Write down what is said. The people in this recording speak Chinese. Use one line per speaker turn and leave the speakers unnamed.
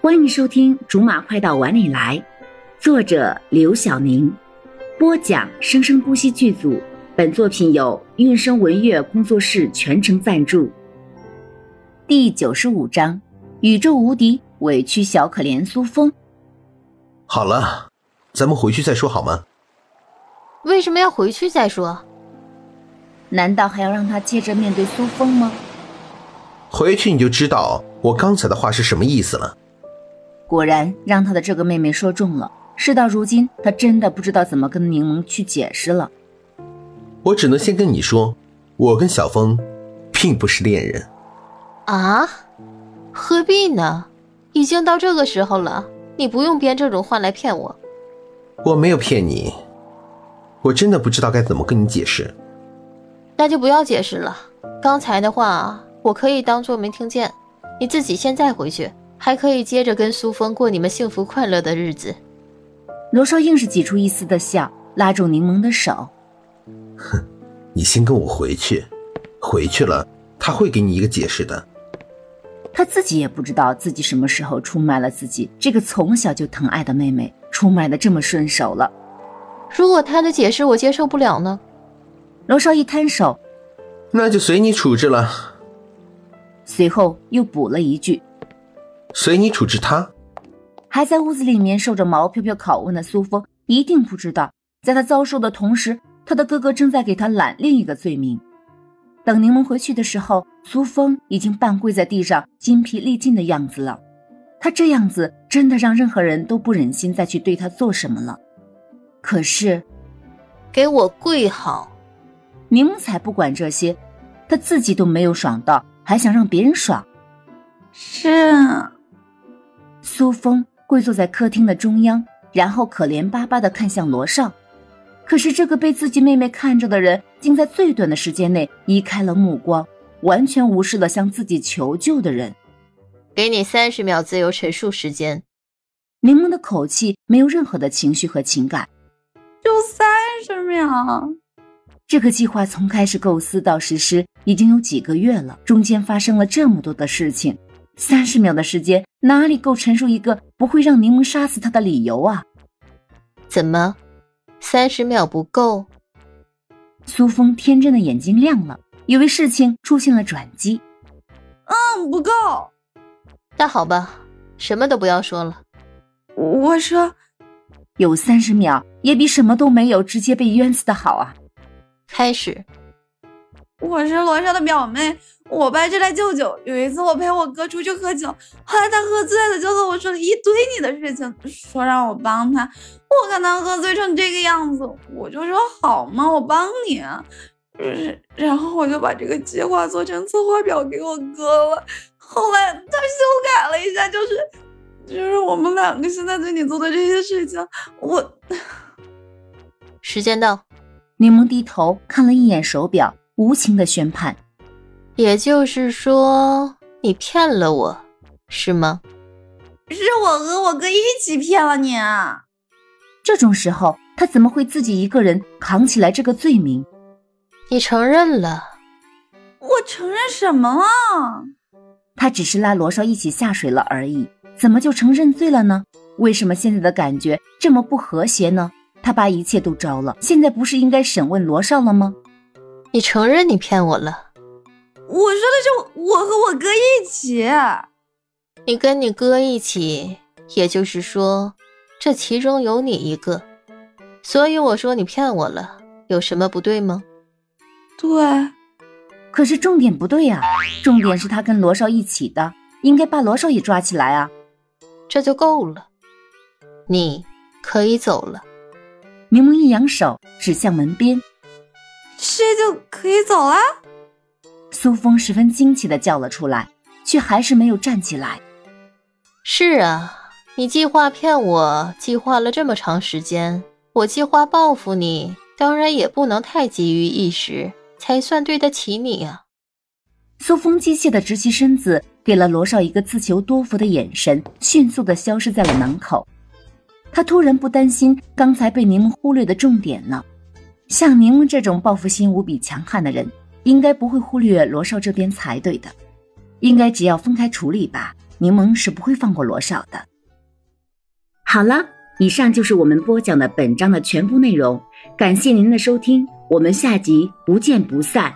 欢迎收听《竹马快到碗里来》，作者刘晓宁，播讲生生不息剧组。本作品由韵声文乐工作室全程赞助。第九十五章：宇宙无敌，委屈小可怜苏峰。
好了，咱们回去再说好吗？
为什么要回去再说？
难道还要让他接着面对苏峰吗？
回去你就知道我刚才的话是什么意思了。
果然，让他的这个妹妹说中了。事到如今，他真的不知道怎么跟柠檬去解释了。
我只能先跟你说，我跟小峰并不是恋人。
啊？何必呢？已经到这个时候了，你不用编这种话来骗我。
我没有骗你，我真的不知道该怎么跟你解释。
那就不要解释了。刚才的话，我可以当做没听见。你自己现在回去。还可以接着跟苏峰过你们幸福快乐的日子。
罗少硬是挤出一丝的笑，拉住柠檬的手：“
哼，你先跟我回去，回去了他会给你一个解释的。”
他自己也不知道自己什么时候出卖了自己这个从小就疼爱的妹妹，出卖的这么顺手了。
如果他的解释我接受不了呢？
罗少一摊手：“
那就随你处置了。”
随后又补了一句。
随你处置他。
还在屋子里面受着毛飘飘拷问的苏峰，一定不知道，在他遭受的同时，他的哥哥正在给他揽另一个罪名。等柠檬回去的时候，苏峰已经半跪在地上，筋疲力尽的样子了。他这样子真的让任何人都不忍心再去对他做什么了。可是，
给我跪好！
柠檬才不管这些，他自己都没有爽到，还想让别人爽？
是、啊。
苏峰跪坐在客厅的中央，然后可怜巴巴地看向罗少。可是这个被自己妹妹看着的人，竟在最短的时间内移开了目光，完全无视了向自己求救的人。
给你三十秒自由陈述时间。
柠檬的口气没有任何的情绪和情感。
就三十秒。
这个计划从开始构思到实施已经有几个月了，中间发生了这么多的事情。三十秒的时间，哪里够陈述一个不会让柠檬杀死他的理由啊？
怎么，三十秒不够？
苏峰天真的眼睛亮了，以为事情出现了转机。
嗯，不够。
那好吧，什么都不要说了。
我说，
有三十秒也比什么都没有直接被冤死的好啊！
开始。
我是罗少的表妹，我爸是来舅舅。有一次我陪我哥出去喝酒，后来他喝醉了，就和我说了一堆你的事情，说让我帮他。我看他喝醉成这个样子，我就说好嘛，我帮你、啊。然后我就把这个计划做成策划表给我哥了。后来他修改了一下，就是就是我们两个现在对你做的这些事情，我
时间到。
柠檬低头看了一眼手表。无情的宣判，
也就是说，你骗了我，是吗？
是我和我哥一起骗了你、啊。
这种时候，他怎么会自己一个人扛起来这个罪名？
你承认了？
我承认什么了？
他只是拉罗少一起下水了而已，怎么就承认罪了呢？为什么现在的感觉这么不和谐呢？他把一切都招了，现在不是应该审问罗少了吗？
你承认你骗我了？
我说的是我和我哥一起。
你跟你哥一起，也就是说，这其中有你一个。所以我说你骗我了，有什么不对吗？
对。
可是重点不对呀、啊，重点是他跟罗少一起的，应该把罗少也抓起来啊。
这就够了，你可以走了。
柠檬一扬手，指向门边。
这就可以走了。
苏峰十分惊奇的叫了出来，却还是没有站起来。
是啊，你计划骗我，计划了这么长时间，我计划报复你，当然也不能太急于一时，才算对得起你啊。
苏峰机械的直起身子，给了罗少一个自求多福的眼神，迅速的消失在了门口。他突然不担心刚才被柠檬忽略的重点了。像柠檬这种报复心无比强悍的人，应该不会忽略罗少这边才对的，应该只要分开处理吧。柠檬是不会放过罗少的。好了，以上就是我们播讲的本章的全部内容，感谢您的收听，我们下集不见不散。